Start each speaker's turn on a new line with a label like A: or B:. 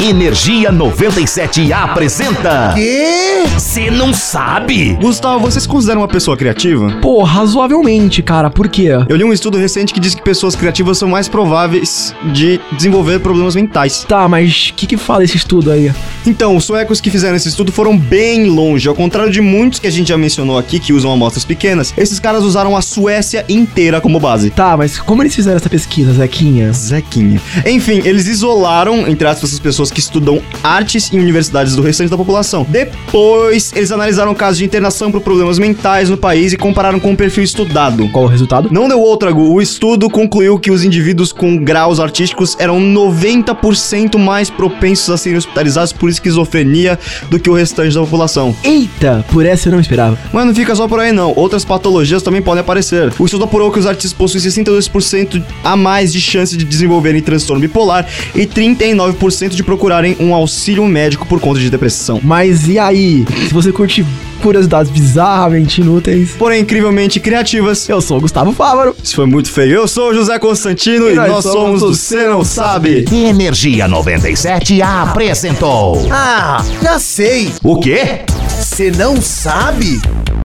A: Energia 97 apresenta.
B: Quê?
A: Você não sabe?
C: Gustavo, você se considera uma pessoa criativa?
D: Pô, razoavelmente, cara. Por quê?
C: Eu li um estudo recente que diz que pessoas criativas são mais prováveis de desenvolver problemas mentais.
D: Tá, mas o que que fala esse estudo aí?
C: Então, os suecos que fizeram esse estudo foram bem longe, ao contrário de muitos que a gente já mencionou aqui que usam amostras pequenas. Esses caras usaram a Suécia inteira como base.
D: Tá, mas como eles fizeram essa pesquisa, Zequinha?
C: Zequinha. Enfim, eles isolaram, entre aspas, as pessoas que estudam artes em universidades do restante da população. Depois, eles analisaram casos de internação por problemas mentais no país e compararam com o perfil estudado.
D: Qual o resultado?
C: Não deu outra, Gu. O estudo concluiu que os indivíduos com graus artísticos eram 90% mais propensos a serem hospitalizados por esquizofrenia do que o restante da população.
D: Eita, por essa eu não esperava.
C: Mas não fica só por aí, não. Outras patologias também podem aparecer. O estudo apurou que os artistas possuem 62% a mais de chance de desenvolverem transtorno bipolar e 39% de procurarem um auxílio médico por conta de depressão.
D: Mas e aí? Se você curte curiosidades bizarramente inúteis,
C: Porém, incrivelmente criativas.
D: eu sou o Gustavo Fávaro.
C: Isso foi muito feio. Eu sou o José Constantino e, nós, somos do Cê Não Sabe.
A: Energia 97 apresentou.
B: Ah, já sei.
A: O quê?
B: Você não sabe?